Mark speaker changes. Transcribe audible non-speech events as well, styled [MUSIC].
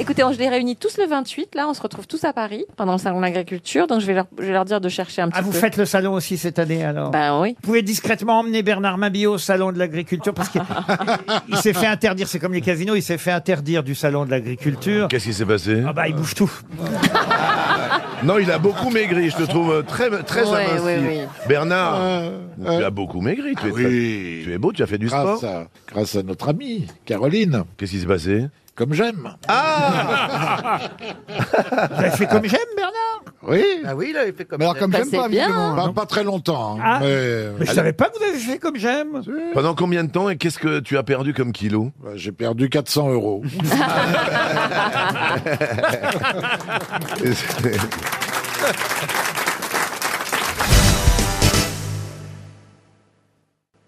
Speaker 1: écoutez, on- je les réunis tous le 28. Là, on se retrouve tous à Paris pendant le salon de l'agriculture. Donc, je vais leur, je vais leur dire de chercher un petit
Speaker 2: Ah, vous
Speaker 1: peu.
Speaker 2: faites le salon aussi cette année alors
Speaker 1: Ben oui.
Speaker 2: Vous pouvez discrètement emmener Bernard Mabillot au salon de l'agriculture parce
Speaker 1: [LAUGHS]
Speaker 2: qu'il il s'est fait interdire, c'est comme les casinos, il s'est fait interdire du salon de l'agriculture.
Speaker 3: Qu'est-ce qui s'est passé
Speaker 2: Ah bah il bouffe tout.
Speaker 3: Non, il a beaucoup maigri, je te trouve euh, très, très
Speaker 1: Ouais,
Speaker 3: aminci.
Speaker 1: ouais, ouais.
Speaker 3: Bernard,
Speaker 4: Euh,
Speaker 3: tu
Speaker 4: euh,
Speaker 3: as beaucoup maigri, tu es, très-
Speaker 4: oui.
Speaker 3: tu es beau, tu as fait du sport.
Speaker 4: grâce, à, grâce à notre amie Caroline,
Speaker 3: Qu'est-ce qui s'est passé
Speaker 4: comme j'aime.
Speaker 2: Vous avez fait
Speaker 1: [LAUGHS]
Speaker 2: comme j'aime Bernard
Speaker 4: Oui.
Speaker 5: Ah oui, là, il fait comme
Speaker 4: Mais alors
Speaker 5: ça.
Speaker 4: comme
Speaker 1: Bah,
Speaker 4: j'aime
Speaker 1: c'est
Speaker 4: pas,
Speaker 1: bien.
Speaker 4: visiblement, hein. Pas, pas très longtemps. hein,
Speaker 2: Ah.
Speaker 4: mais,
Speaker 2: Mais je savais pas que vous avez fait comme j'aime.
Speaker 3: Pendant combien de temps et qu'est-ce que tu as perdu comme kilo
Speaker 4: bah, j'ai perdu
Speaker 1: [LAUGHS]
Speaker 4: 400 euros. [LAUGHS]